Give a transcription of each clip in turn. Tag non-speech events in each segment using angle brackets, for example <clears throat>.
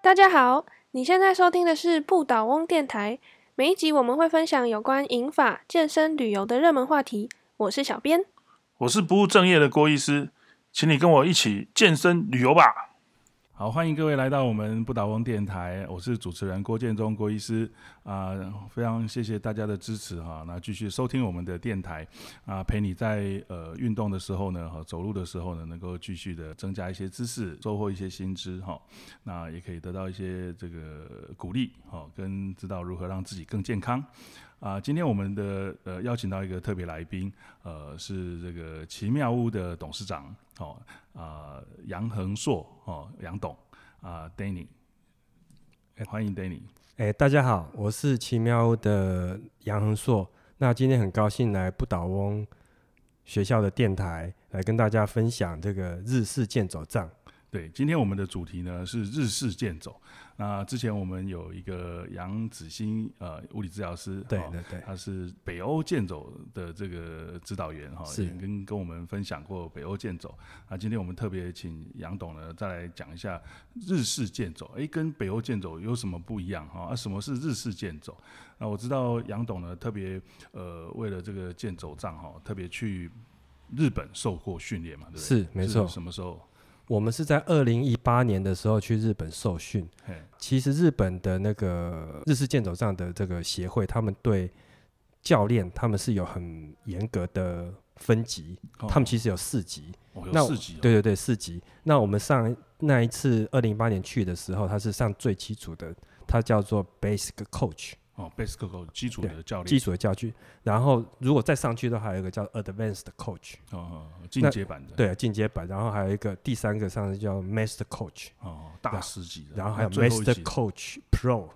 大家好，你现在收听的是不倒翁电台。每一集我们会分享有关饮法、健身、旅游的热门话题。我是小编，我是不务正业的郭医师，请你跟我一起健身旅游吧。好，欢迎各位来到我们不倒翁电台，我是主持人郭建忠郭医师啊、非常谢谢大家的支持哈、那继续收听我们的电台啊、陪你在呃运动的时候呢，哈、走路的时候呢，能够继续的增加一些知识，收获一些新知哈、那也可以得到一些这个鼓励哈、跟知道如何让自己更健康。啊、今天我们的呃邀请到一个特别来宾，呃，是这个奇妙屋的董事长，哦，啊、杨恒硕，哦，杨董，啊、d a n n y 哎，欢迎 Danny。哎，大家好，我是奇妙屋的杨恒硕。那今天很高兴来不倒翁学校的电台来跟大家分享这个日式健走杖。对，今天我们的主题呢是日式健走。那之前我们有一个杨子欣，呃，物理治疗师，对哦对对，他是北欧健走的这个指导员哈，是也跟跟我们分享过北欧健走。啊，今天我们特别请杨董呢再来讲一下日式健走，诶，跟北欧健走有什么不一样哈？啊，什么是日式健走？那我知道杨董呢特别呃为了这个健走杖哈，特别去日本受过训练嘛，对不对？是没错什么时候？我们是在二零一八年的时候去日本受训。嘿，其实日本的那个日式健走杖的这个协会，他们对教练他们是有很严格的分级，哦他们其实有四级。哦那有我四级、哦，对对对，四级。那我们上那一次二零一八年去的时候，它是上最基础的，它叫做 basic coach 哦，basic coach 基础的教基练，础的教具。然后如果再上去的话，还有一个叫 advanced coach，哦，哦进那阶版的，，对，进阶版。然后还有一个第三个上去叫 master coach，哦，大师级的，然后还有那最后一 master 级 coach pro。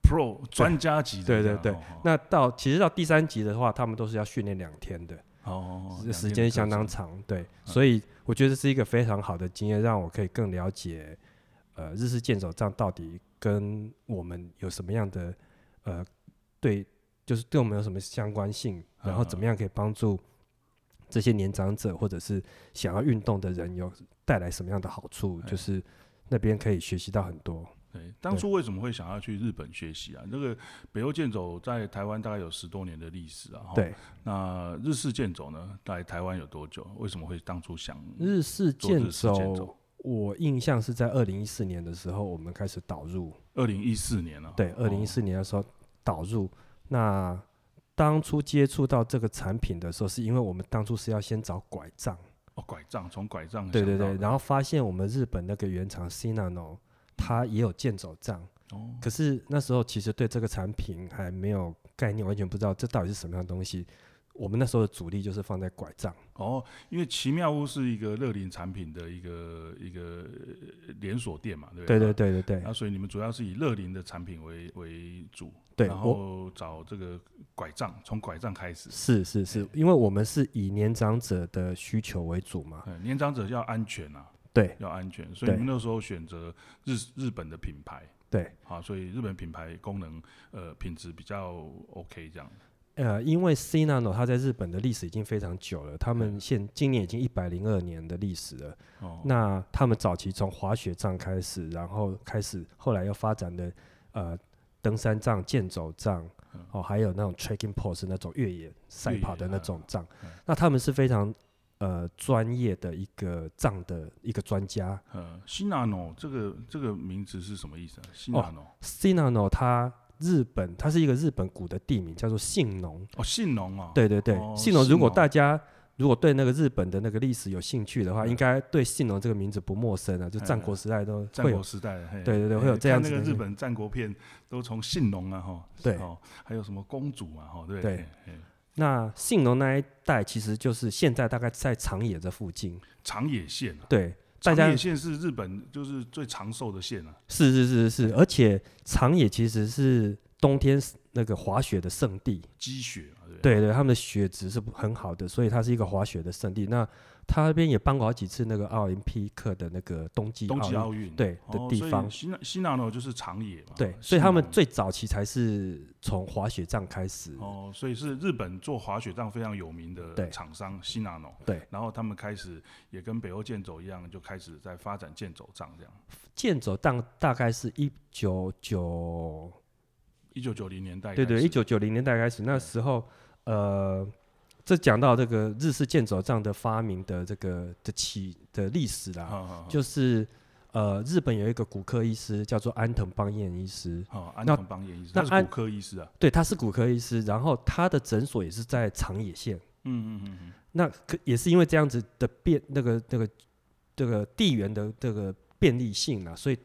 Pro 专家级的对这对样，对哦，那到其实到第三级的话，他们都是要训练两天的，哦哦，哦时间相当，长。嗯对，所以我觉得是一个非常好的经验，让我可以更了解呃日式健手杖到底跟我们有什么样的呃对，就是对我们有什么相关性，然后嗯怎么样可以帮助这些年长者或者是想要运动的人有带来什么样的好处，哎就是那边可以学习到很两天的多。课程对，当初为什么会想要去日本学习啊？那个北欧健走在台湾大概有十多年的历史啊，哈对，那日式健走呢，在台湾有多久？为什么会当初想日式嗯做健日式健走走，我印象是在二零一四年的时候，我们开始导入。二零一四年啊？对，二零一四年的时候导入。那当初接触到这个产品的时候，是因为我们当初是要先找拐杖，哦，拐杖从拐杖对嗯对想到对，的然后发现我们日本那个原厂 Sinano 它也有健走杖，哦可是那时候其实对这个产品还没有概念，完全不知道这到底是什么样的东西。我们那时候的主力就是放在拐杖，哦，因为奇妙屋是一个乐龄产品的一个一个呃连锁店嘛，对不啊对对对对对对那所以你们主要是以乐龄的产品为为主，对，然我后找这个拐杖，从拐杖开始。是是是，因为我们是以年长者的需求为主嘛，嗯，年长者要安全啊，对要安全，所以你对们那时候选择日日本的品牌对，啊，所以日本品牌功能呃品质比较 OK 这样。呃，因为 Sinano 它在日本的历史已经非常久了，他们现今年已经一百零二年的历史了。嗯哦，那他们早期从滑雪杖开始，然后开始后来又发展的呃登山杖、健走杖，嗯哦，还有那种 trekking pose 那种越野赛越跑野的那嗯种杖嗯。那他们是非常呃专业的一个杖的一个专家。呃，新纳诺这个这个名字是什么意思啊？哦新纳诺 Sinano 它日本它是一个日本古的地名，叫做信浓。哦，信浓啊，，对对对，哦信浓信如果浓大家如果对那个日本的那个历史有兴趣的话，嗯应该对信浓这个名字不陌生啊，就战国时代都战会国有。时代的，嘿对对对嘿会有这样看那子个的日本战国片都从信浓啊哈，对哦，还有什么公主啊哈，对不对嘿嘿那信浓那一带其实就是现在大概在长野这附近，长野县啊，对，大长家野县是日本就是最长寿的县啊，是是是是，而且长野其实是冬天那个滑雪的圣地，积雪啊嘛，对不对？对对，他们的雪质是不很好的，所以它是一个滑雪的圣地。那他那边也办过好几次那个奥林匹克的那个冬季冬奥季运奥运对的哦地所以方西纳西纳呢就是长野嘛，对，西所以他们纳最早期才是从滑雪仗开始。哦，所以是日本做滑雪仗非常有名的对厂商西纳诺，对，然后他们开始也跟北欧剑走一样，就开始在发展剑走杖这样。剑走大大概是一九九，一九九零年代开对始，对，一九九零年代开始，那时候呃，这讲到这个日式剑走杖的发明的这个的起的历史啦，好，好好就是呃，日本有一个骨科医师叫做安藤邦彦医师，好哦安那藤邦彦医师，那他是安骨科医师啊，对，他是骨科医师，然后他的诊所也是在长野县。嗯嗯嗯嗯，那可也是因为这样子的便那个那个这个地缘的这个便利性啊，所以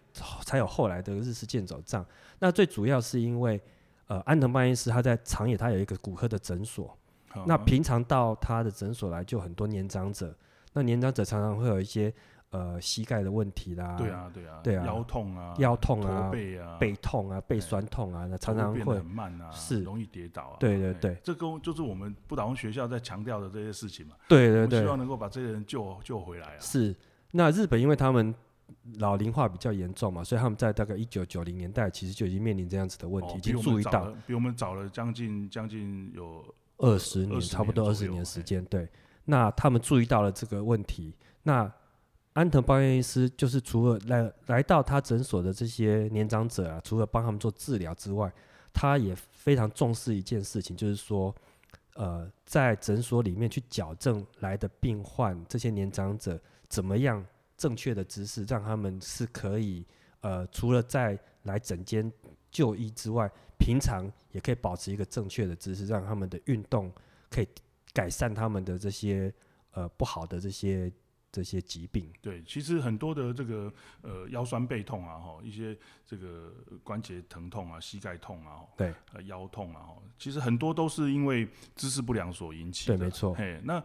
才有后来的日式健走杖。那最主要是因为呃，安藤邦医师他在长野他有一个骨科的诊所，好那好平常到他的诊所来就很多年长者，那年长者常常会有一些呃膝盖的问题啦，对，啊对啊对啊腰痛啊，腰痛啊驼背啊，背痛啊，背酸痛啊，那常走路常变得会很慢啊，是容易跌倒啊，对对哎对，这跟就是我们不倒翁学校在强调的这些事情嘛，对我对们希对，望能够把这些人救救回来啊，是，那日本因为他们老龄化比较严重嘛，所以他们在大概一九九零年代其实就已经面临这样子的问哦题，已比经我们注意早到了比我们早了将近将近有二十年，哎20差不多二年十左右年时嘿间。对，那他们注意到了这个问题。那安藤邦彦医师就是除了来来到他诊所的这些年长者啊，除了帮他们做治疗之外，他也非常重视一件事情，就是说，呃，在诊所里面去矫正来的病患，这些年长者怎么样正确的知识，让他们是可以呃，除了在来诊间就医之外，平常也可以保持一个正确的姿势，让他们的运动可以改善他们的这些呃不好的这些这些疾病。对，其实很多的这个呃腰酸背痛啊，哈，一些这个关节疼痛啊、膝盖痛啊，吼对，呃腰痛啊，哈，其实很多都是因为姿势不良所引起的。对，没错，嘿，那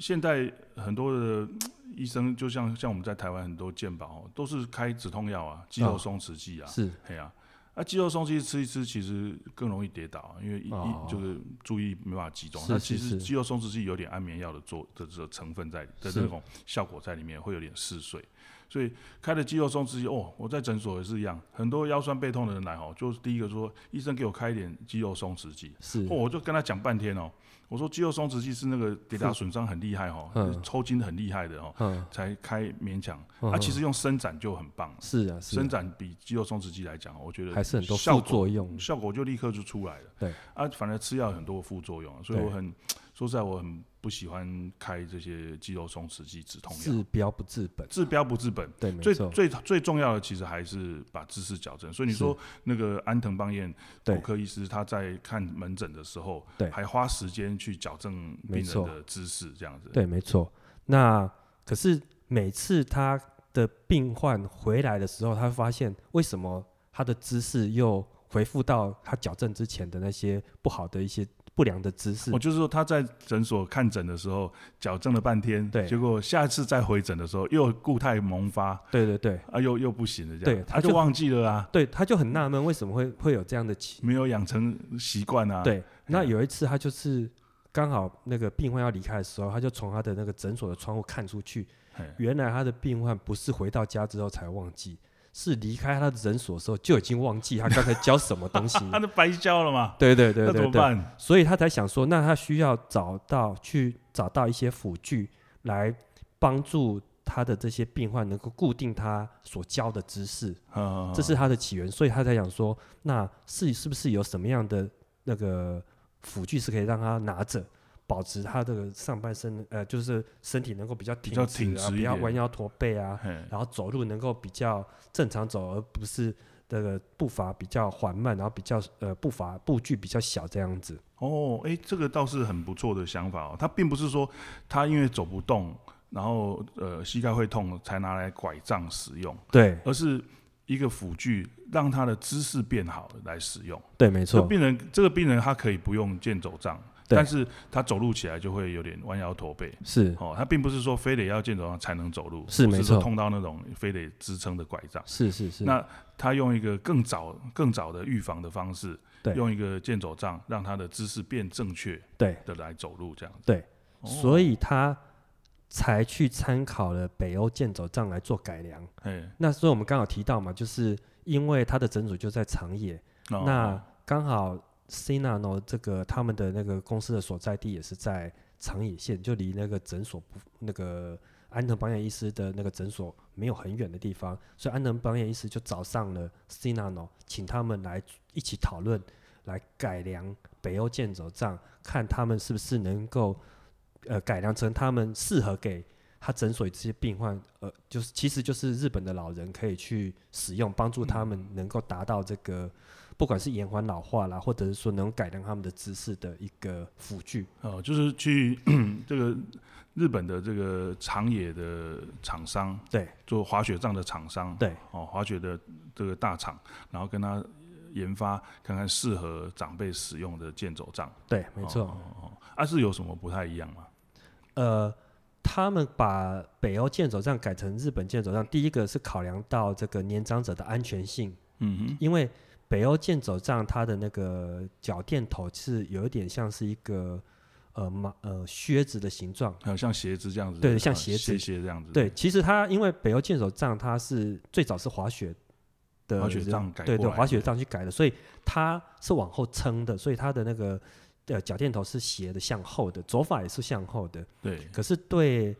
现在很多的嗯医生，就像像我们在台湾很多健保哦，都是开止痛药啊、肌肉啊松弛剂啊，是嘿啊。啊，肌肉松弛剂吃一吃，其实更容易跌倒啊，因为一、哦一就是注意没办法集中。是它是其实是肌肉松弛剂有点安眠药的做的这个成分在的是这种效果在里面，会有点嗜睡。所以开了肌肉松弛剂，哦，我在诊所也是一样，很多腰酸背痛的人来哦，就是第一个说医生给我开一点肌肉松弛剂，是哦，我就跟他讲半天哦，我说肌肉松弛剂是那个跌打损伤很厉害哦，嗯就是抽筋很厉害的哦，嗯，才开勉强。嗯啊，其嗯实用伸展就很棒，是啊，是伸啊，展比肌肉松弛剂来讲，我觉得还是很多效副果作用。效果就立刻就出来了。对啊，反而吃药有很多副作用啊，所以对我很说实在，我很不喜欢开这些肌肉松弛剂止痛药，治标不治本，治标不治本。对，没最错，最最重要的其实还是把姿势矫正。所以你说那个安藤邦彦对骨科医师，他在看门诊的时候，对还花时间去矫正病没人错的姿势，这样子。对，没错。那可是每次他的病患回来的时候，他会发现为什么他的姿势又回复到他矫正之前的那些不好的一些不良的姿势我、。哦就是说他在诊所看诊的时候矫正了半天，对结果下次再回诊的时候又固态萌发，对对对，啊，又又不行了，这样，对他他就就忘记了啊，对，他就很纳闷为什么会会有这样的情。没有养成习惯嗯啊，，对，那哎呀有一次他就是刚好那个病患要离开的时候，他就从他的那个诊所的窗户看出去嘿，原来他的病患不是回到家之后才忘记，是离开他的诊所的时候就已经忘记他刚才教什么 <laughs> 东西。他都白教了嘛，对对对那对怎么对办？所以他才想说，那他需要找到去找到一些辅具来帮助他的这些病患能够固定他所教的知识，啊这是他的起源，所以他才想说，那是是不是有什么样的那个辅具是可以让他拿着？保持他这个上半身，呃，就是身体能够比较挺较直挺啊，直不一要点弯腰驼背啊，嘿然后走路能够比较正常走，而不是那个步伐比较缓慢，然后比较呃步伐步距比较小这样子。哦，哎，这个倒是很不错的想法哦。他并不是说他因为走不动，然后呃膝盖会痛才拿来拐杖使用，对而是一个辅具，让他的姿势变好来使用。对，没这错，病人这个病人他可以不用健走杖，对但是他走路起来就会有点弯腰驼背。是哦，他并不是说非得要健走上才能走路，是不没说错痛到那种非得支撑的拐杖。是是是，那他用一个更早、更早的预防的方式，对用一个健走杖让他的姿势变正确对，的来走路，这样子。对哦，所以他才去参考了北欧健走杖来做改良。哎，那所以我们刚好提到嘛，就是因为他的整组就在长野，哦那刚好 Sinano 这个他们的那个公司的所在地也是在长野县，就离那个诊所不那个安藤邦彦医师的那个诊所没有很远的地方，所以安藤邦彦医师就找上了 Sinano，请他们来一起讨论，来改良北欧健走杖，看他们是不是能够呃改良成他们适合给。他诊所这些病患，呃，就是其实就是日本的老人可以去使用，帮助他们能够达到这个不管是延缓老化啦，或者是说能改良他们的姿势的一个辅具。哦，就是去 <clears throat> 这个日本的这个长野的厂商，对，做滑雪杖的厂商，对，哦，滑雪的这个大厂，然后跟他研发看看适合长辈使用的健走杖，对，没错。哦哦哦啊，是有什么不太一样吗？呃，他们把北欧健走杖改成日本健走杖，第一个是考量到这个年长者的安全性，嗯因为北欧健走杖它的那个脚垫头是有一点像是一个呃马呃靴子的形状。哼，还有像鞋子这样子，对像呃鞋子鞋鞋这样子，对，，其实它因为北欧健走杖它是最早是滑雪的滑雪人杖改对过对，来滑的雪杖去改的，所以它是往后撑的，所以它的那个呃脚垫头是斜的向后的，走法也是向后的。对，可是对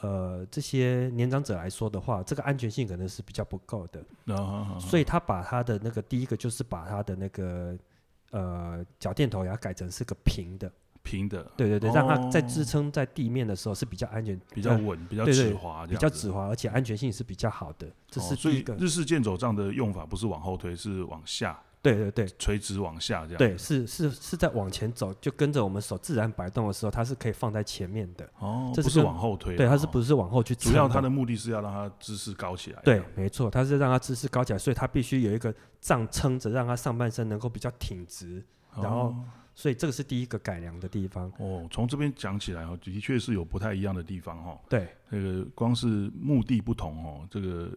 呃这些年长者来说的话，这个安全性可能是比较不够的，然后所以他把他的那个第一个就是把他的那个呃脚垫头也要改成是个平的，平的，对对对，让它在哦支撑在地面的时候是比较安全、呃比较稳，比较对对直滑这样子，比较直滑，而且安全性是比较好的，这哦是所第一以个。日式健走杖的用法不是往后推，是往下对对对垂直往下这样。对，，是是是在往前走，就跟着我们手自然摆动的时候，它是可以放在前面的。哦，这不是是跟往后推啊，对，它是哦不是往后去撑主的？要它的目的是要让它姿势高起来。对，没错，它是让它姿势高起来，所以它必须有一个杖撑着，让它上半身能够比较挺直。哦，然后所以这个是第一个改良的地方。哦，从这边讲起来哦，的确是有不太一样的地方哦。对那个光是目的不同哦，这个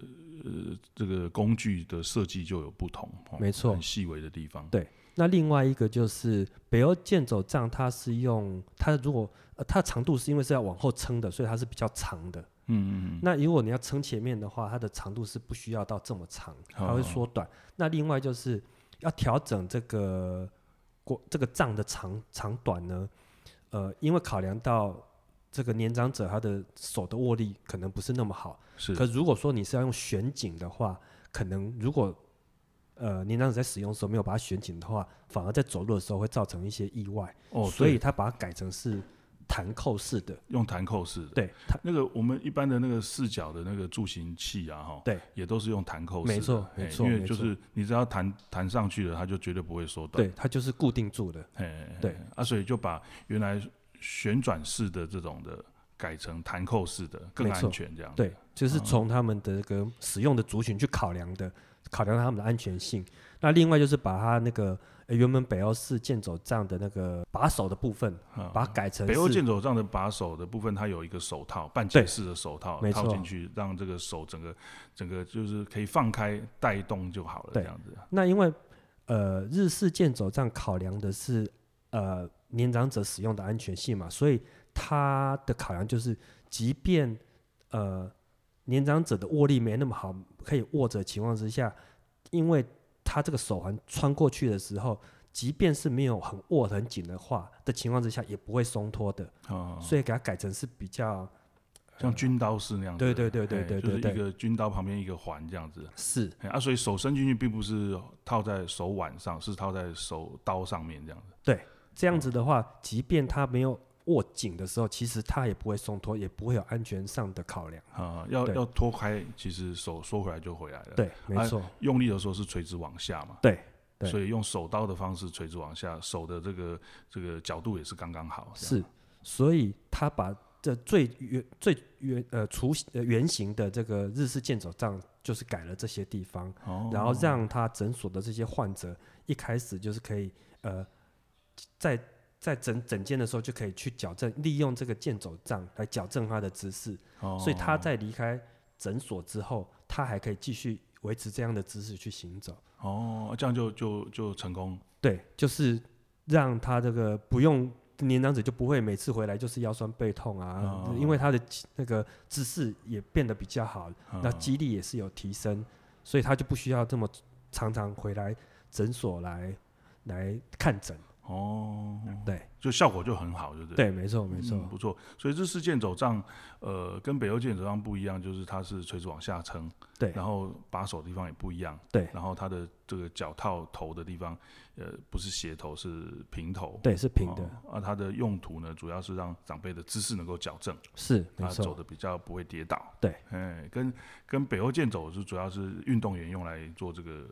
呃这个工具的设计就有不同哦，没错很细微的地方。对，那另外一个就是北欧健走杖，它是用它如果、呃它的长度是因为是要往后撑的，所以它是比较长的。嗯嗯嗯，那如果你要撑前面的话，它的长度是不需要到这么长，它好会缩短。那另外就是要调整这个过这个杖的长长短呢，呃，因为考量到这个年长者他的手的握力可能不是那么好，是可如果说你是要用旋紧的话，可能如果呃年长者在使用的时候没有把它旋紧的话，反而在走路的时候会造成一些意外，哦，所以对他把它改成是弹扣式的，用弹扣式的。对，它那个我们一般的那个四角的那个助行器啊，哈，对，也都是用弹扣式的，没错嘿没错因为没就错是你只要弹弹上去了，它就绝对不会缩短，对它就是固定住的。哎，对啊，所以就把原来旋转式的这种的改成弹扣式的，更没错安全这样。，对，就是哦从他们的这个使用的族群去考量的，考量他们的安全性。那另外就是把它那个、呃原本北欧式健走杖的那个把手的部分，把它改成哦嗯北欧是健走杖的把手的部分，它有一个手套，半截对式的手套没套错进去，让这个手整个整个就是可以放开带动就好了，这对样子。那因为呃日式健走杖考量的是呃年长者使用的安全性嘛，所以它的考量就是，即便呃年长者的握力没那么好，可以握着的情况之下，因为他这个手环穿过去的时候。即便是没有很握很紧的话的情况之下，也不会松脱的，哦，所以给它改成是比较像军刀式那样子。对对对对嘿对就是对一对个军刀旁边一个环这样子。是嘿啊，所以手伸进去并不是套在手腕上，是套在手刀上面这样子。这样子的话，即便他没有握紧的时候，其实他也不会松脱，也不会有安全上的考量。啊、要对要脱开，其实手缩回来就回来了。，对，没啊错，用力的时候是垂直往下嘛。对对所以用手刀的方式垂直往下，手的这个这个角度也是刚刚好。这样是。所以他把这最原最原呃雏形呃原型的这个日式健走杖，就是改了这些地方，哦，然后让他诊所的这些患者一开始就是可以呃在在整整间的时候就可以去矫正，利用这个健走杖来矫正他的姿势，哦所以他在离开诊所之后，他还可以继续维持这样的姿势去行走。哦，这样就就就成功。对，就是让他这个不用年长者就不会每次回来就是腰酸背痛啊，哦因为他的肌那个姿势也变得比较好，嗯那肌力也是有提升，所以他就不需要这么常常回来诊所来来看诊。哦，对，就效果就很好，对不对？对，没错，没错。嗯不错。所以日式健走杖，呃，跟北欧健走杖不一样，就是它是垂直往下撑，对然后把手的地方也不一样，对然后它的这个脚套头的地方，呃，不是斜头，是平头，对，是平的，哦。啊，它的用途呢，主要是让长辈的姿势能够矫正，是没啊，走错，的比较不会跌倒。对，哎，跟跟北欧健走是主要是运动员用来做这个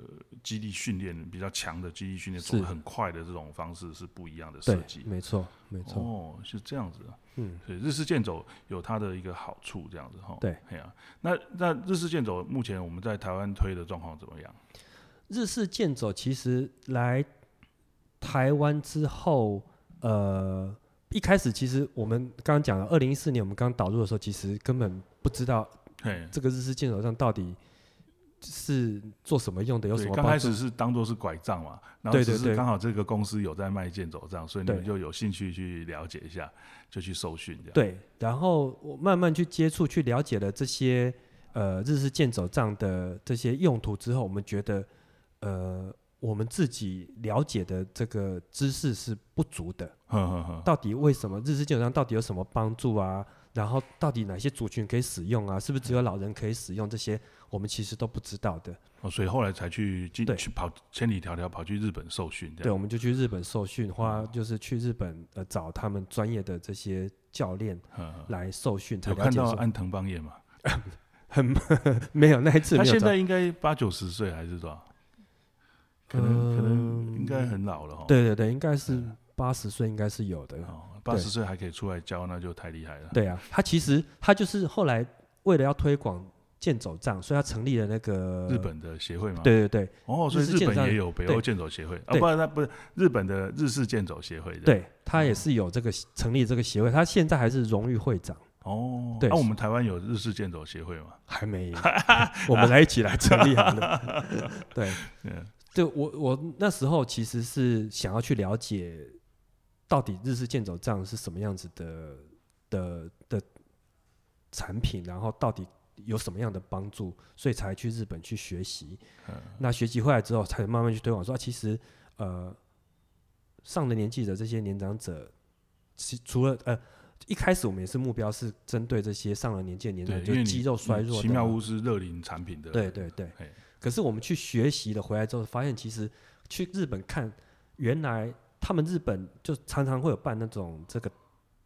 肌力训练，比较强的肌力训练，是走得很快的这种方式是不一样的设对，计。没错，没错。哦，是这样子啊。嗯，所以日式健走有它的一个好处，这样子哈。对，哎呀、那那日式健走目前我们在台湾推的状况怎么样？日式健走其实来台湾之后，呃，一开始其实我们刚刚讲了，二零一四年我们刚导入的时候，其实根本不知道嘿，这个日式健走杖到底是做什么用的，有什对，么刚帮开助始。是当做是拐杖嘛，然后对只对是对刚好这个公司有在卖健走杖，所以你对们就有兴趣去了解一下，就去受训这样。对，然后我慢慢去接触、去了解了这些呃日式健走杖的这些用途之后，我们觉得呃我们自己了解的这个知识是不足的。哼哼哼，到底为什么日式健走杖到底有什么帮助啊？然后到底哪些族群可以使用啊？是不是只有老人可以使用？这些我们其实都不知道的。哦，所以后来才去进对去跑千里迢迢跑去日本受训这对，样。我们就去日本受训，花嗯就是去日本呃找他们专业的这些教练嗯，嗯来受训，才有了看解到哎说安藤邦彦嘛？很 <laughs> 没有那一次他没有现找在应该八九十岁还是多少？可能可能应该很老了哈。呃对对对，应该是八十岁应该是有的。哦，八十岁还可以出来教，那就太厉害了。对啊，他其实他就是后来为了要推广健走杖，所以他成立了那个日。本的协会嘛，，对对对哦，所以日式日健本走也有北欧对健走协会啊，对不然那不是日本的日式健走协会。，对，他也是有这个成立这个协会，他现在还是荣誉会长，哦，对那我们台湾有日式健走协会嘛？还没。我们来一起来成立好了。 <laughs> 对，嗯，对我我那时候其实是想要去了解，到底日式健走杖是什么样子的的的产品，然后到底有什么样的帮助，所以才去日本去学习。嗯那学习回来之后，才慢慢去推广说，啊其实呃，上了年纪的这些年长者，其除了呃。一开始我们也是目标是针对这些上了年纪的年长对，者，因就为肌你肉衰你弱的奇妙嘛屋是乐龄产品的，对，对对嘿。可是我们去学习了回来之后，发现其实去日本看，原来他们日本就常常会有办那种这个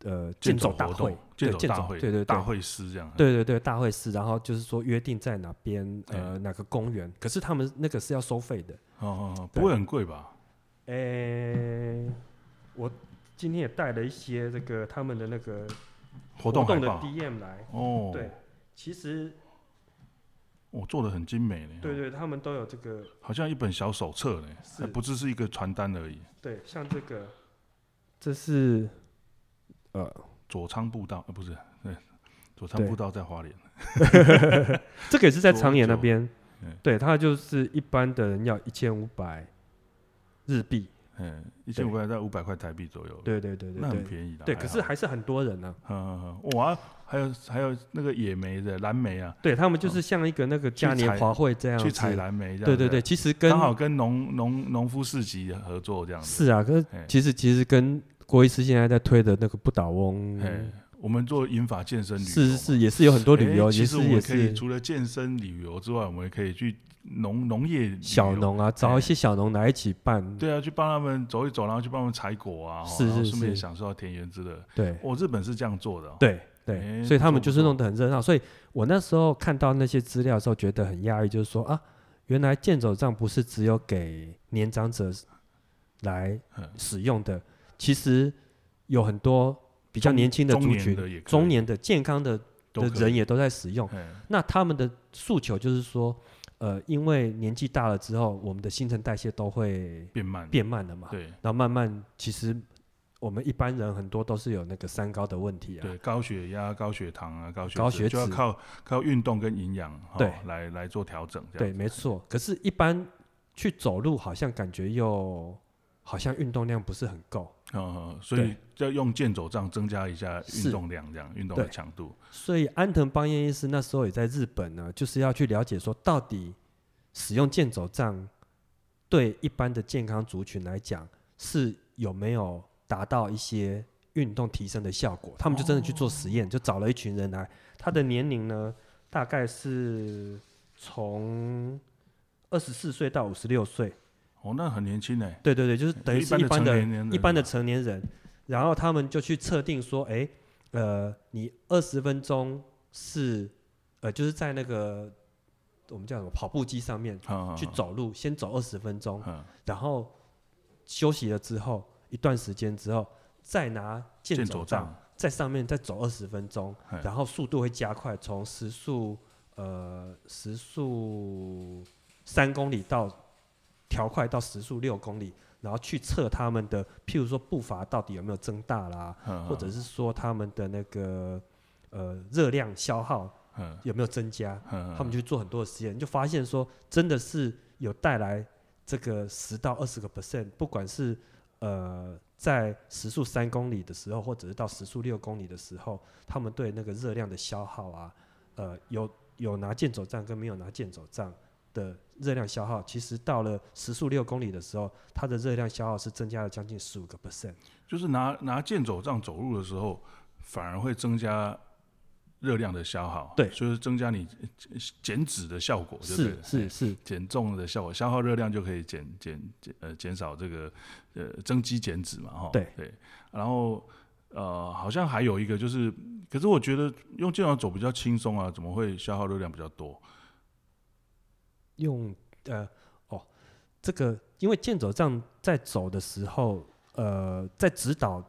呃健走走大活会动、、对健走大会、对对大对。会师这样。对对对，大会是，然后就是说约定在哪边，呃，对哪个公园。可是他们那个是要收费的。哦哦哦，对不会很贵吧？诶，我今天也带了一些这个他们的那个活动海的报 DM 来。哦，对，，其实我做的很精美呢。对，对，他们都有这个好像一本小手册呢，是还不只是一个传单而已。对，像这个，这是呃，左仓步道呃不是， <laughs> 对，左仓对步道在花莲。这个也是在左长野那左边嗯，对，它就是一般的人要一千五百日币，嗯，一对千五百到五百块台币左右，，对对对哦那对很对，便宜的。啊哎对，可是还还是很多人呢、啊好，嗯嗯嗯，哇，还有还有那个野莓的蓝莓啊，对他们就是像一个那个嘉年采华会这样去采子，蓝莓这样。对对对，，其实跟刚好跟农农农夫市集合作这样子。是啊，可是哎其实其实跟国医师现在在推的那个不倒哎翁，，我们做银发健身旅游是是嘛是，也是有很多旅游，诶其也实是我也们可以是除了健身旅游之外，我们也可以去农农业旅游小。农啊，找哎一些小农来一起办，对啊，去帮他们走一走，然后去帮他们采果啊，哦是然后是顺便是享受到田园之乐。对。哦，日本是这样做的、哦。对诶对，所以他们不就错不是弄错得很热闹。所以我那时候看到那些资料的时候，觉得很压抑，就是说啊，原来健走杖不是只有给年长者来嗯使用的，其实有很多比较中年轻的中族年群的也、可中以年的、健康的都的可人以也都在使用。哎那他们的诉求就是说，呃，因为年纪大了之后，我们的新陈代谢都会变慢，变慢了嘛，对，然后慢慢其实。我们一般人很多都是有那个三高的问题啊对，，高血压、高血糖啊、高血高脂血就要脂靠靠运动跟营养、哦、对来来做调整，这对，样啊没错。可是，一般去走路好像感觉又好像运动量不是很够，对，哦，所以对要用健走杖增加一下是运动量，这样运动的对强度，所以安藤邦彦医师那时候也在日本呢，就是要去了解说到底使用健走杖对一般的健康族群来讲是有没有达到一些运动提升的效果。他们就真的去做实验，就找了一群人来，他的年龄呢大概是从二十四岁到五十六岁，哦，那很年轻哎，对对对，就是等于是一一般般的的成年人一般的成年人，然后他们就去测定说，哎，呃，你二十分钟是呃，就是在那个我们叫什么跑步机上面啊去走路，先走二十分钟，嗯然后休息了之后一段时间之后，再拿健健走走杖杖，在上面再走二十分钟嘿，然后速度会加快，从时速呃时速三公里到调快到时速六公里，然后去测他们的，譬如说步伐到底有没有增大啦，嗯或者是说他们的那个呃热量消耗嗯有没有增加，嗯他们就做很多的实验，就发现说真的是有带来这个十到二十个 percent，不管是呃在时速三公里的时候，或者是到时速六公里的时候，他们对那个热量的消耗啊，呃有有拿健走杖跟没有拿健走杖的热量消耗，其实到了时速六公里的时候，它的热量消耗是增加了将近十五个 percent。就是拿拿健走杖走路的时候，反而会增加热量的消耗，对就是增加你呃减脂的效果，就对是了是哎是，减重的效果，消耗热量就可以减减减呃减少这个呃增肌减脂嘛哈。对对，然后呃好像还有一个就是，可是我觉得用健走走比较轻松啊，怎么会消耗热量比较多？用呃哦，这个因为健走杖在走的时候，呃，在指导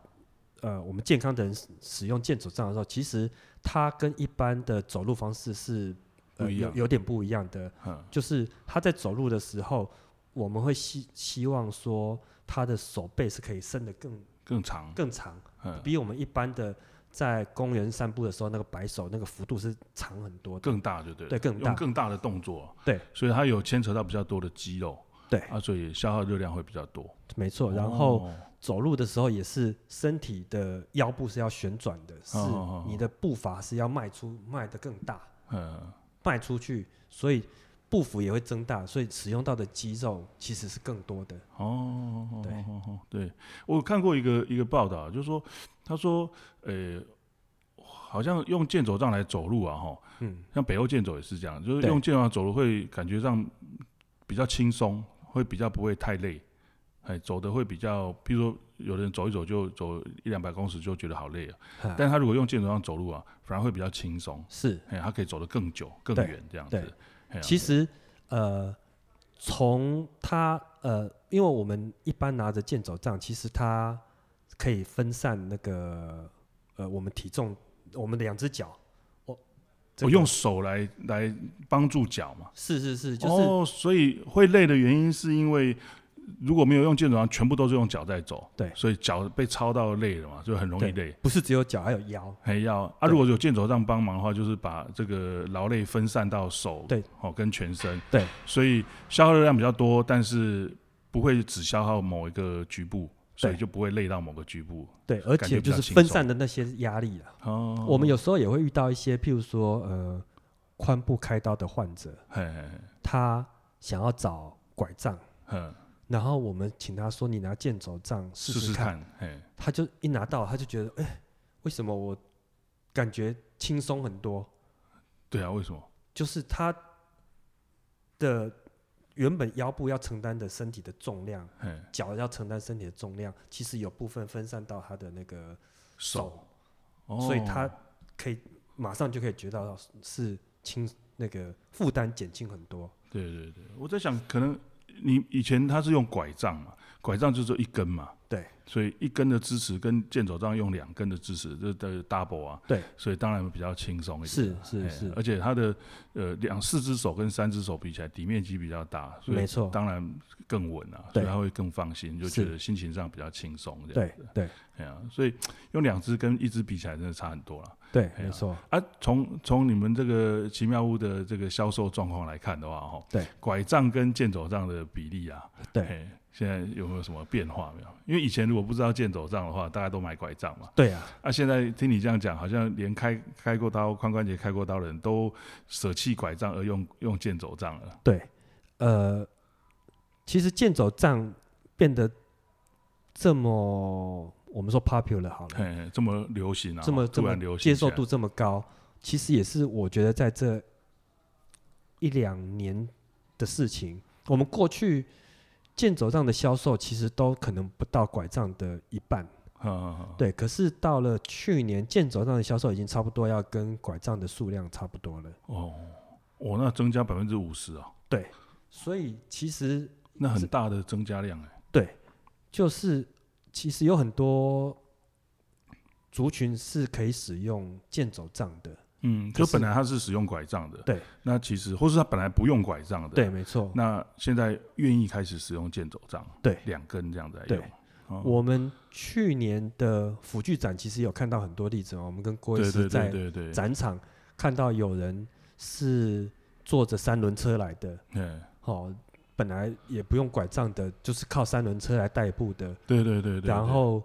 呃我们健康的人使使用健走杖的时候，其实它跟一般的走路方式是不呃一有样有点不一样的，嗯就是他在走路的时候，我们会希希望说他的手背是可以伸得更更长，更长，嗯，比我们一般的在公园散步的时候那个摆手那个幅度是长很多的。更大就对了，对更大用更大的动作，对，所以它有牵扯到比较多的肌肉，对啊，所以消耗热量会比较多。没错，然后。哦走路的时候也是身体的腰部是要旋转的，是哦你的步伐是要迈出迈得更大，嗯，迈出去，所以步幅也会增大，所以使用到的肌肉其实是更多的。哦，对哦，哦对，我看过一个一个报道，就是说，他说，呃，好像用健走杖来走路啊，哈，嗯，像北欧健走也是这样，就是对用健走杖走路会感觉上比较轻松，会比较不会太累，哎，走的会比较，譬如说，有的人走一走就走一两百公尺就觉得好累了，哈但他如果用健走杖走路啊，反而会比较轻松，是，哎，他可以走得更久更对远这样对子，哎呀其实呃，从它呃，因为我们一般拿着健走杖，其实它可以分散那个呃我们体重，我们的两只脚，我这我个用手来来帮助脚嘛。是是是，就是、哦，所以会累的原因是因为如果没有用健走杖，全部都是用脚在走，对所以脚被操到累了嘛，就很容易累。不是只有脚，还有腰。还要啊，对如果有健走杖帮忙的话，就是把这个劳累分散到手，对，哦，跟全身，对，所以消耗热量比较多，但是不会只消耗某一个局部，所以对就不会累到某个局部。对，而感觉且比就较是轻分松散的那些压力了。哦，我们有时候也会遇到一些，譬如说，呃，髋部开刀的患者，嘿，嘿嘿，他想要找拐杖，嗯，然后我们请他说：“你拿健走杖试试试看。看，嘿，他就一拿到，他就觉得，哎、为什么我感觉轻松很多？对啊，为什么？就是他的原本腰部要承担的身体的重量，嘿，脚要承担身体的重量，其实有部分分散到他的那个手哦，所以他可以马上就可以觉得到是轻那个负担减轻很多。对对对，我在想，可能你以前他是用拐杖嘛，拐杖就是一根嘛，对，所以一根的支持跟健走杖用两根的支持，这的 double 啊，对，所以当然比较轻松一点。是是哎是，而且它的呃两四只手跟三只手比起来，底面积比较大，所以没错当然更稳啊，所对以他会更放心，就觉是得心情上比较轻松这样对子。对哎呀、所以用两只跟一只比起来，真的差很多了。对，哎没呀错，啊，从从你们这个奇妙屋的这个销售状况来看的话，哈，对，拐杖跟健走杖的比例啊，对哎，现在有没有什么变化没有？因为以前如果不知道健走杖的话，大家都买拐杖嘛。对啊，啊，现在听你这样讲，好像连开开过刀、髋关节开过刀的人都舍弃拐杖而用用健走杖了。对，呃，其实健走杖变得这么我们说 popular 好了，嘿，这么流行啊，这么这突么然流行起接来，受度这么高，其实也是我觉得在这一两年的事情。我们过去健走杖的销售其实都可能不到拐杖的一半，嗯，嗯，嗯对。可是到了去年，健走杖的销售已经差不多要跟拐杖的数量差不多了，哦，哦，那增加百分之五十啊，对。所以其实那很大的增加量哎、对，就是其实有很多族群是可以使用健走杖的，嗯，可就是本来他是使用拐杖的，对，那其实或是他本来不用拐杖的，对，，没错。那现在愿意开始使用健走杖，对两根这样子来对用，哦我们去年的辅具展其实有看到很多例子哦，我们跟郭医对师对对在对对，展场看到有人是坐着三轮车来的，嗯，哦，本来也不用拐杖的，就是靠三轮车来代步的，对对对对，然后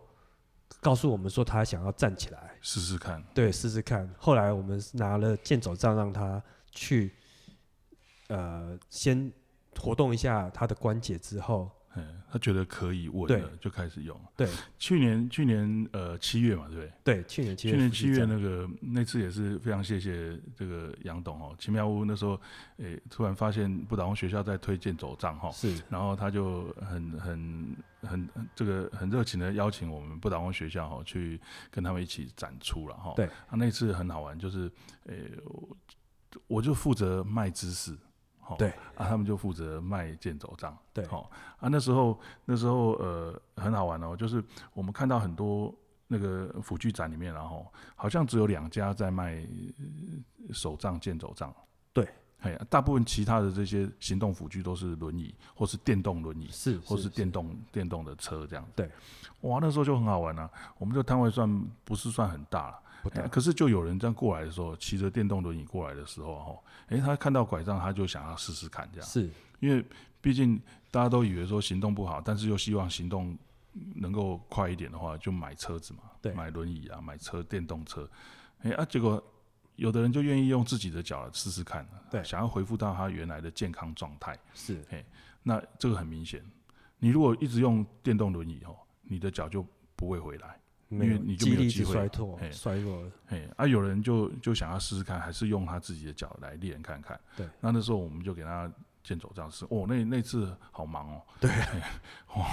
告诉我们说他想要站起来，试试看，对，试试看。后来我们拿了健走杖让他去，呃，先活动一下他的关节之后，嗯，他觉得可以稳对了，就开始用。对去年去年呃七月嘛，对不对？对，去年七月去年夫妻七月展那个那次也是非常谢谢这个杨董哦，奇妙屋那时候诶、突然发现不倒翁学校在推荐走哦账哈，是然后他就很很很很这个很热情的邀请我们不倒翁学校哈去跟他们一起展出了哈。对啊，那次很好玩，就是呃，我我就负责卖知识，哈对啊，他们就负责卖剑走杖，对好啊，那时候那时候呃很好玩哦，就是我们看到很多。那个辅具展里面，然后好像只有两家在卖呃手杖、健走杖，对，哎，大部分其他的这些行动辅具都是轮椅或是电动轮椅，是，或是电动电动的车这样子。对，哇，那时候就很好玩啊。我们这摊位算不是算很大了，不哎大可是就有人这样过来的时候，骑着电动轮椅过来的时候，哈，哎，他看到拐杖，他就想要试试看这样，是因为毕竟大家都以为说行动不好，但是又希望行动能够快一点的话，就买车子嘛，对买轮椅啊，买车电动车，哎啊，结果。有的人就愿意用自己的脚来试试看，啊对想要恢复到他原来的健康状态。是那这个很明显，你如果一直用电动轮椅哦，你的脚就不会回来。没因为有你就肌没有力机就会衰了弱嘿衰弱了，嘿，啊，有人就就想要试试看，还是用他自己的脚来练看看。对，那那时候我们就给他健走杖试。哦，那那次好忙哦。对嘿，哦，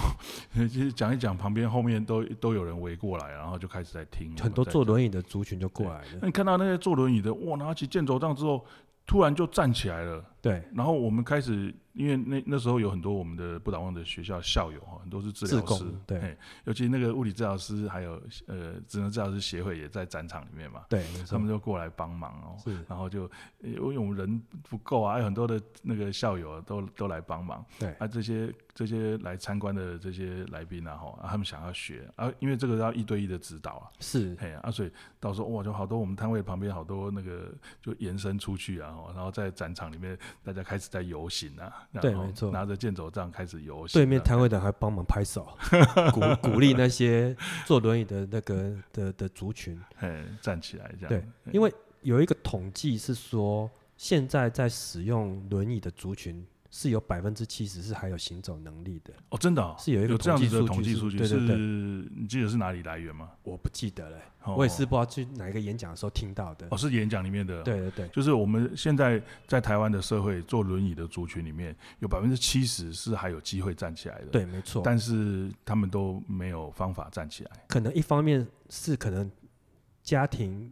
其实讲一讲，旁边后面都都有人围过来，然后就开始在听我们很多在坐讲轮椅的族群就过来那了，你看到那些坐轮椅的，哇，拿起健走杖之后，突然就站起来了。对，然后我们开始，因为那那时候有很多我们的不倒翁的学校校友哈，很多是治疗志师工，对嘿，尤其那个物理治疗师还有呃职能治疗师协会也在展场里面嘛，对，没他错们，就过来帮忙哦。是然后就，呃因为我们人不够啊，还有很多的那个校友啊都都来帮忙。对啊，这些这些来参观的这些来宾啊，哈、啊，他们想要学啊，因为这个要一对一的指导啊，是嘿啊，所以到时候哇，就好多我们摊位旁边好多那个就延伸出去啊，哦然后在展场里面大家开始在游行啊，然对后没错拿着剑走杖开始游行啊、对面摊位的还帮忙拍手， <laughs> 鼓鼓励那些坐轮椅的那个的的族群，嘿站起来这样，对，因为有一个统计是说，现在在使用轮椅的族群是有百分之七十是还有行走能力的，哦，真的、哦、是有一个这样子的统统计计数数据据，是对对对是你记得是哪里来源吗？我不记得了，哦我也是不知道去哪一个演讲的时候听到的哦，，是演讲里面的，，对对对，就是我们现在在台湾的社会坐轮椅的族群里面，有百分之七十是还有机会站起来的，，对，没错，啊但是他们都没有方法站起来。可能一方面是可能家庭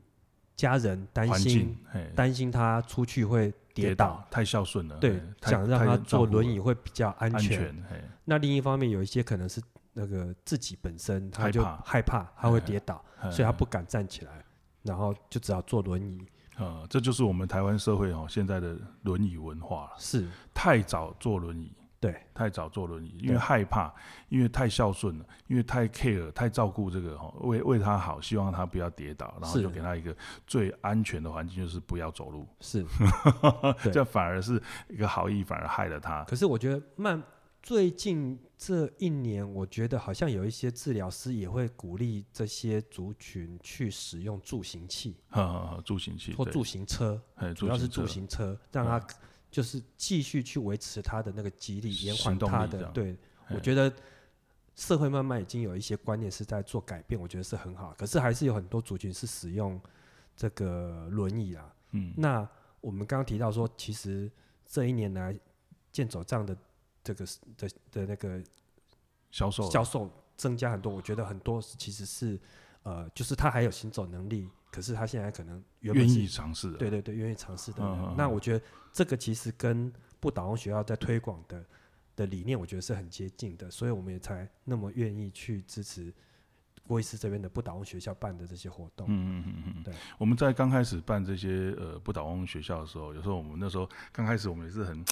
家人担环境心，嘿担心他出去会跌倒，，太孝顺了，对嘿，太想让太他照坐顾轮了椅会比较安安全。全，嘿那另一方面有一些可能是那个自己本身他害就怕害怕，他会跌倒，嗯所以他不敢站起来，然后就只好坐轮椅。呃，这就是我们台湾社会哦现在的轮椅文化了，是太早坐轮椅，对，太早坐轮椅，因为害怕，因为太孝顺了，因为太 care，太照顾这个哈，哦为为他好，希望他不要跌倒，然后是就给他一个最安全的环境，就是不要走路，是，<laughs> 对这反而是一个好意，反而害了他。可是我觉得慢最近这一年，我觉得好像有一些治疗师也会鼓励这些族群去使用助行器呵呵呵，助行器或对助行车，哎，主要是车助行车，让他就是继续去维持他的那个肌力，延缓行动他力这的。样对，我嘿觉得社会慢慢已经有一些观念是在做改变，我觉得是很好。可是还是有很多族群是使用这个轮椅啦。嗯，那我们刚刚提到说，其实这一年来健走杖的这个的的那个销售销售增加很多，我觉得很多其实是呃，就是他还有行走能力，可是他现在可能原愿本是意尝试的，对对对，愿意尝试的人。嗯嗯那嗯我觉得这个其实跟不倒翁学校在推广的的理念，我觉得是很接近的，所以我们也才那么愿意去支持郭医师这边的不倒翁学校办的这些活动。嗯嗯嗯嗯嗯，对。我们在刚开始办这些呃不倒翁学校的时候，有时候我们那时候刚开始我们也是很。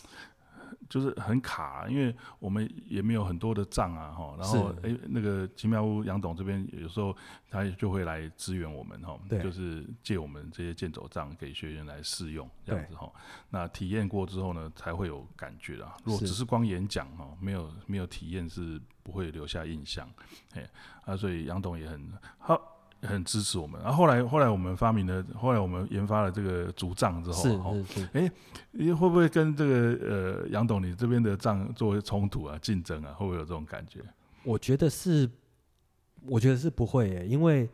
就是很卡，因为我们也没有很多的账啊，哈。然后，哎，那个奇妙屋杨董这边有时候他就会来支援我们，哈对，就是借我们这些健走杖给学员来试用，这样子哈。那体验过之后呢，才会有感觉啊。如果是只是光演讲哈，没有没有体验是不会留下印象，哎啊，所以杨董也很好，很支持我们。啊然、后后来后来我们发明了，后来我们研发了这个竹杖之后，哦是是是，诶会不会跟这个呃杨董你这边的杖作为冲突啊、竞争啊，会不会有这种感觉？我觉得是，我觉得是不会耶，因为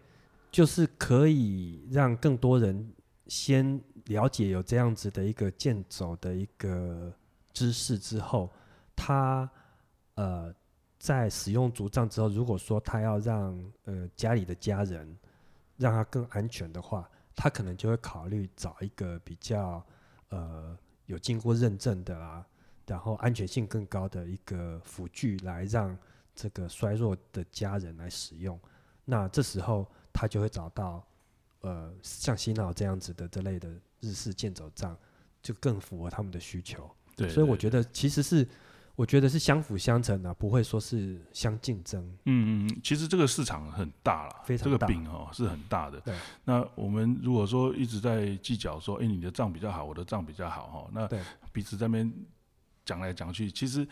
就是可以让更多人先了解有这样子的一个健走的一个知识之后，他呃在使用竹杖之后，如果说他要让呃家里的家人让他更安全的话，他可能就会考虑找一个比较呃有经过认证的啦，然后安全性更高的一个辅具来让这个衰弱的家人来使用。那这时候他就会找到呃像洗脑这样子的这类的日式健走杖，就更符合他们的需求。对，所以我对觉得其实是，我觉得是相辅相成啊的、不会说是相竞争。嗯，嗯嗯，其实这个市场很大啦，非常这个大饼哦是很大的对。那我们如果说一直在计较说，哎，你的账比较好，我的账比较好哈，那对彼此在那边讲来讲去，其实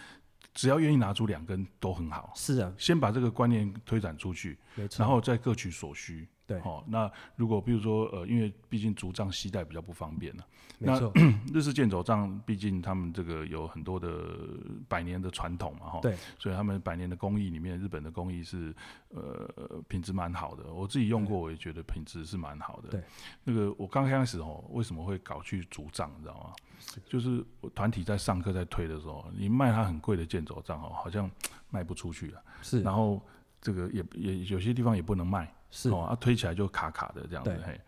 只要愿意拿出两根都很好。是啊，先把这个观念推展出去，没错。然后再各取所需。对哦，那如果比如说呃，因为毕竟竹杖携带比较不方便了、没那错，日式健走杖毕竟他们这个有很多的百年的传统嘛，哈，对，所以他们百年的工艺里面，日本的工艺是呃品质蛮好的，我自己用过，我也觉得品质是蛮好的。对，那个我刚开始哦，为什么会搞去竹杖，你知道吗？就是我团体在上课在推的时候，你卖它很贵的健走杖哦，好像卖不出去了，啊是然后这个也也有些地方也不能卖。是哦，啊，推起来就卡卡的这样子对。嘿，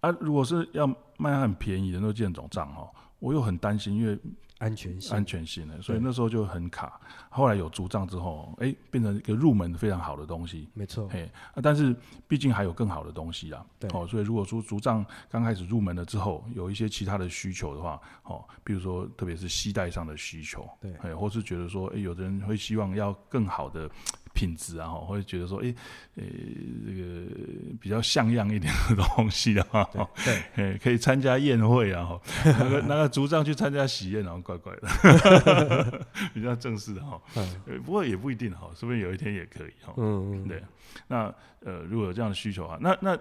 啊，如果是要卖它很便宜的那健总账哦，我又很担心，因为安全性。安全性呢，所以对那时候就很卡。后来有竹账之后，哎、变成一个入门非常好的东西。没错，嘿，啊，但是毕竟还有更好的东西啦。对哦，所以如果说竹杖刚开始入门了之后，有一些其他的需求的话，哦，比如说特别是膝带上的需求，对哎，或是觉得说，哎，有的人会希望要更好的品质啊，哦，会觉得说，哎，呃，这个比较像样一点的东西啊，对对，哎，可以参加宴会啊，哦那个那个竹杖去参加喜宴，然后怪怪的， <laughs> 比较正式的哈，嗯呃不过也不一定哈，说不定有一天也可以哦哈，嗯，嗯对，那呃，如果有这样的需求啊，那那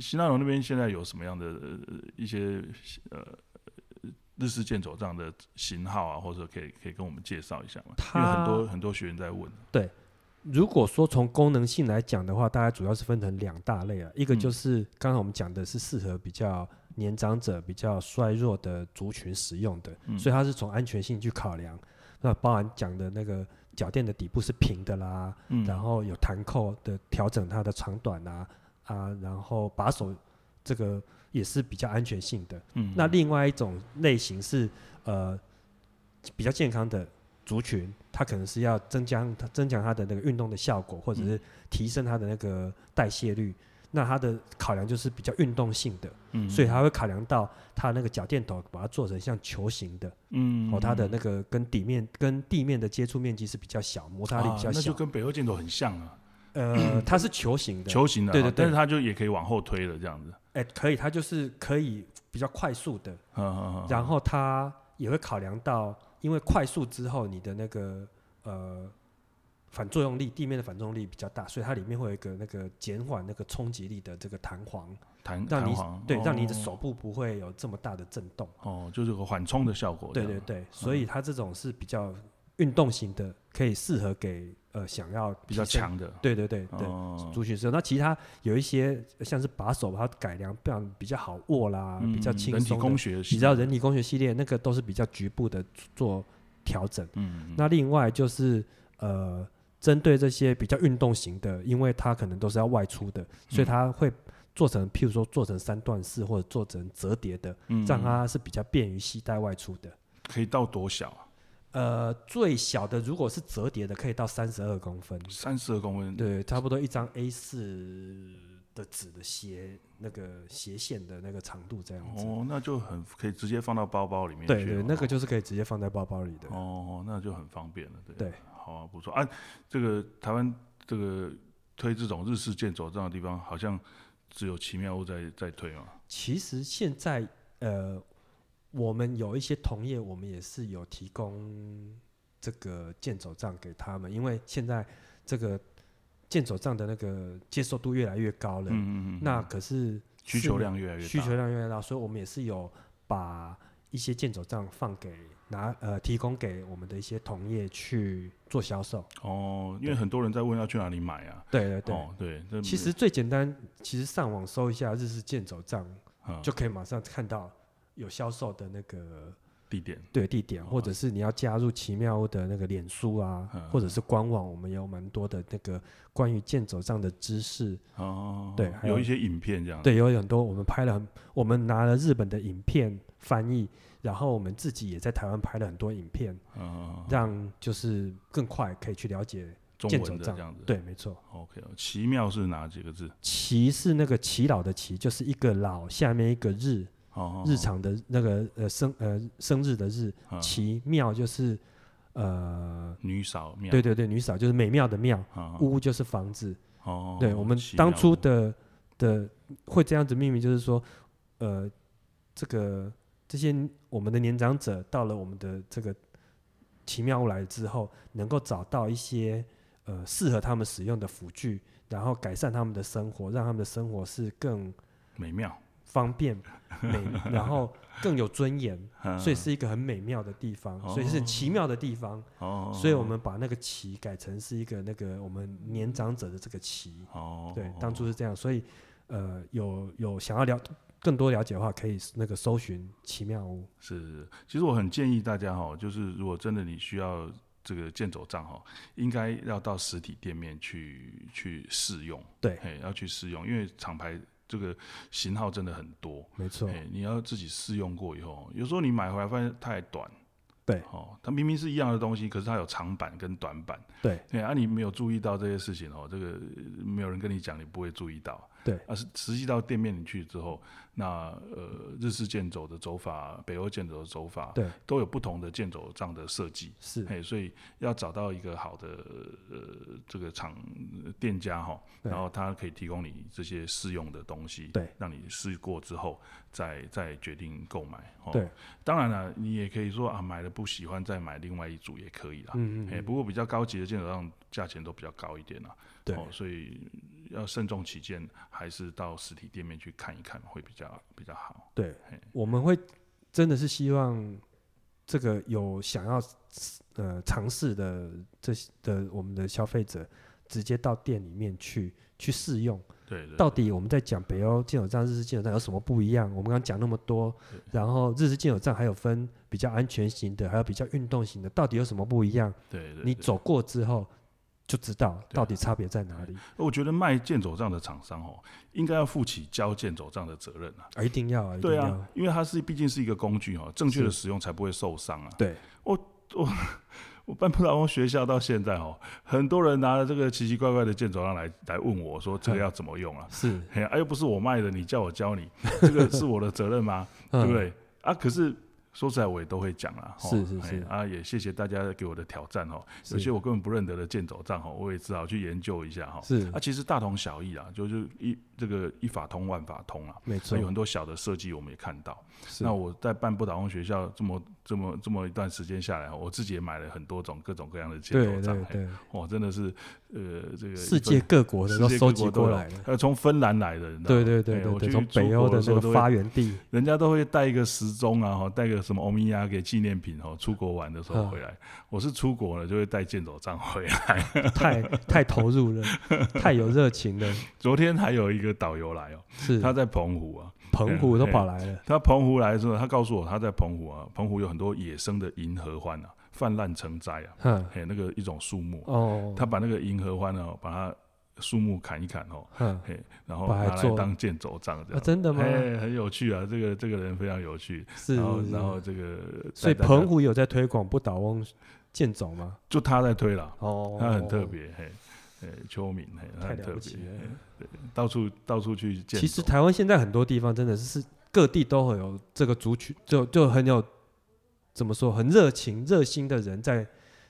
新纳龙那边现在有什么样的、呃、一些呃日式剑走杖的型号啊，或者可以可以跟我们介绍一下吗？因为很多很多学员在问，如果说从功能性来讲的话，大概主要是分成两大类啊，一个嗯就是刚才我们讲的是适合比较年长者、比较衰弱的族群使用的，嗯所以它是从安全性去考量。那包含讲的那个脚垫的底部是平的啦，嗯然后有弹扣的调整它的长短啊啊，然后把手这个也是比较安全性的。嗯那另外一种类型是呃比较健康的族群，他可能是要增加他增强他的那个运动的效果，或者嗯是提升他的那个代谢率。那他的考量就是比较运动性的，嗯所以他会考量到他那个脚垫头把它做成像球形的，嗯哦，它的那个跟底面跟地面的接触面积是比较小，摩擦力啊比较那小就。跟北欧箭头很像啊，呃，它是球形的，球形的啊，对对对但是它就也可以往后推了这样子，哎，可以，它就是可以比较快速的，嗯嗯嗯然后它也会考量到，因为快速之后你的那个呃反作用力，地面的反作用力比较大，所以它里面会有一个那个减缓那个冲击力的这个弹簧，弹让嗯弹你簧，对，让你的哦手部不会有这么大的震动。哦，就是有个缓冲的效果这对样，对对，所以它这种是比较运动型的，可以适合给呃想要比较提升。强的，对对对对，哦族群使用。那其他有一些呃像是把手，把它改良，这样比较好握啦，比较嗯轻人体松的。工学系，比较人体工学系列，那个都是比较局部的做调整。嗯，嗯那另外就是呃，针对这些比较运动型的，因为它可能都是要外出的，嗯所以它会做成，譬如说做成三段式或者做成折叠的，嗯让它是比较便于携带外出的。可以到多小啊？呃，最小的如果是折叠的，可以到三十二公分，三十二公分，对，差不多一张 A 四的纸的斜那个斜线的那个长度这样子。哦，那就很可以直接放到包包里面去了。对对，那个就是可以直接放在包包里的。哦，那就很方便了。对对，好啊，不错啊。这个台湾这个推这种日式建走这样的地方，好像只有奇妙屋在在推嘛。其实现在呃，我们有一些同业，我们也是有提供这个健走杖给他们，因为现在这个健走杖的那个接受度越来越高了。嗯嗯嗯。那可是需市求面量越来越大。需求量越来越大，所以我们也是有把一些健走杖放给拿呃提供给我们的一些同业去做销售。哦，因为很多人在问要去哪里买啊。对对对。哦，对，这其实最简单，其实上网搜一下日式健走杖，嗯就可以马上看到有销售的那个地点对地点，或者是你要加入奇妙的那个脸书啊，啊嗯或者是官网，我们有蛮多的那个关于健走杖的知识。哦，对还有有一些影片这样。，对，有很多我们拍了很，我们拿了日本的影片翻译，然后我们自己也在台湾拍了很多影片，嗯，让就是更快可以去了解。中健文走的杖这样子。对，没错， ，OK，奇哦妙是哪几个字？耆是那个耆老的耆，就是一个老下面一个日，哦，日常的那个呃生呃生日的日，嗯奇妙就是呃，女嫂庙。对对对，女嫂就是美妙的妙，嗯，嗯屋就是房子。哦，对我们奇当妙初屋的的会这样子命名，就是说，呃，这个这些我们的年长者到了我们的这个奇妙屋来之后，能够找到一些呃适合他们使用的辅具，然后改善他们的生活，让他们的生活是更美妙，方便 <laughs> 美，然后更有尊严。嗯所以是一个很美妙的地方，所以是哦奇妙的地方，哦，所以我们把那个奇改成是一个那个我们年长者的这个奇，哦，对，当初是这样，所以呃，有有想要了更多了解的话，可以那个搜寻奇妙屋，是，其实我很建议大家哈、就是如果真的你需要这个健走杖哈、应该要到实体店面去去试用，对嘿，要去试用，因为厂牌这个型号真的很多，没错，嘿，哎你要自己试用过以后，有时候你买回来发现太短，对哦，它明明是一样的东西，可是它有长版跟短版，对对啊，你没有注意到这些事情哦，这个呃没有人跟你讲，你不会注意到。对啊，是实际到店面里去之后，那呃，日式剑走的走法、北欧剑走的走法，对，都有不同的剑走杖的设计。是嘿，所以要找到一个好的呃这个厂呃店家哈，对然后他可以提供你这些试用的东西，对，让你试过之后再再决定购买。哦对，当然了，你也可以说啊，买了不喜欢再买另外一组也可以啦。嗯哎、不过比较高级的建筑上价钱都比较高一点啦、对哦，所以要慎重起见，还是到实体店面去看一看会比较比较好。对嘿，我们会真的是希望这个有想要呃尝试的这些的我们的消费者，直接到店里面去去试用。对对到底我们在讲北欧健走杖、日式健走杖有什么不一样？我们刚刚讲那么多，然后日式健走杖还有分比较安全型的，还有比较运动型的，到底有什么不一样？对对，你对啊走过之后就知道到底差别在哪里。我觉得卖健走杖的厂商哦，应该要负起教健走杖的责任啊。啊，一定要，啊，一定对要啊，，因为它是毕竟是一个工具哦，正确的是使用才不会受伤啊。对，我我办不到工学校到现在哦，很多人拿着这个奇奇怪怪的剑走上来来问我说嗯这个要怎么用啊？是，哎呀、啊又不是我卖的，你叫我教你，这个是我的责任 <laughs> 吗？对不嗯对？啊，可是说实在，我也都会讲啦。吼是是是嘿啊，也谢谢大家给我的挑战哦。是有些我根本不认得的剑走账哦，我也只好去研究一下哈。是啊，其实大同小异啦，就是一这个一法通万法通啦。啊没所错以，有很多小的设计我们也看到。是那哎我在办不倒翁学校这么这么这么一段时间下来哦，我自己也买了很多种各种各样的剑对走账对。嘿对，哇，真的是呃这个世一界份各国的都世界收各集国都过有来了。呃从芬兰来的，你知道吗对对对嘿对我对，去从北出欧国的时那候个都会发源 <laughs> 地，人家都会带一个时钟啊，哈，带个什么欧米亚给纪念品哦，出国玩的啊时候回来。我是出国了，就会带健走杖回来。 <laughs> 太太投入了，太有热情了，昨天还有一个导游来哦，是他在澎湖啊，澎湖都跑来了，他澎湖来的时候，他告诉我他在澎湖啊，澎湖有很多野生的银合欢啊，泛滥成灾啊，哼，嘿，那个一种树木，哦，他把那个银合欢呢、哦把它树木砍一砍哦，哼，嘿，然后把它拿来做当健走杖这啊，样。真的吗？哎，很有趣啊！这个这个人非常有趣，是，然后是然后是这个，所以带大家澎湖有在推广不倒翁健走吗？就他在推了，哦，他很特，别，嘿，嘿，邱敏，嘿，他太很了特不别哎起，了。嘿到处到处去见走。其实台湾现在很多地方真的是是各地都会有这个族群，就就很有怎么说，很热情、热心的人在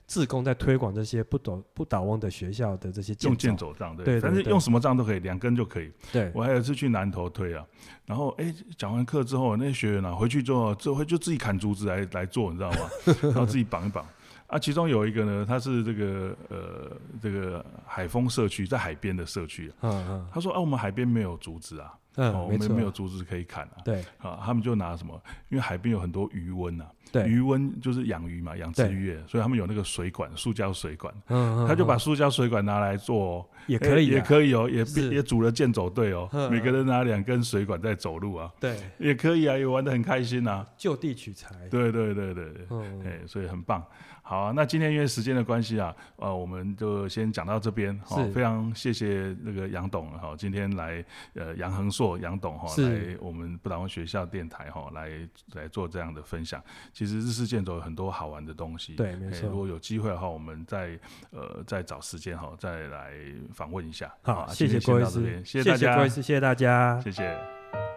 自贡在推广这些不倒不倒翁的学校的这些用健剑走，走杖，对对，对但是对用什么杖都可以，两根就可以。对，我还有一次去南投推啊，然后哎，讲完课之后，那些学员啊回去之后，就会就自己砍竹子来来做，你知道吗？ <laughs> 然后自己绑一绑。啊，其中有一个呢，他是这个呃这个海丰社区，在海边的社区啊、嗯嗯他说啊，我们海边没有竹子啊，哦，嗯，我没们错，没有竹子可以砍啊。对啊，他们就拿什么？因为海边有很多鱼瘟啊，对，鱼温就是养鱼嘛，养殖对渔业，所以他们有那个水管，塑胶水管，嗯，嗯他就把嗯塑胶水管拿来做、哦，也可以诶也啊可以哦，也是也组了健走队哦嗯，每个人拿两根水管在走路啊，对也可以啊，也玩得很开心啊，就地取材，对对对对对。嗯，哎，所以很棒。好啊、那今天因为时间的关系啊，呃，我们就先讲到这边。好、是非常谢谢那个杨董哈、今天来呃杨恒硕杨董哈、是来我们不倒翁学校电台哈、来来做这样的分享。其实日式建筑有很多好玩的东西。对没哎错如果有机会的话，我们再呃再找时间哈、再来访问一下。好，啊谢今谢天郭先医到这师边，谢谢大家，郭医师，谢谢大家，谢谢。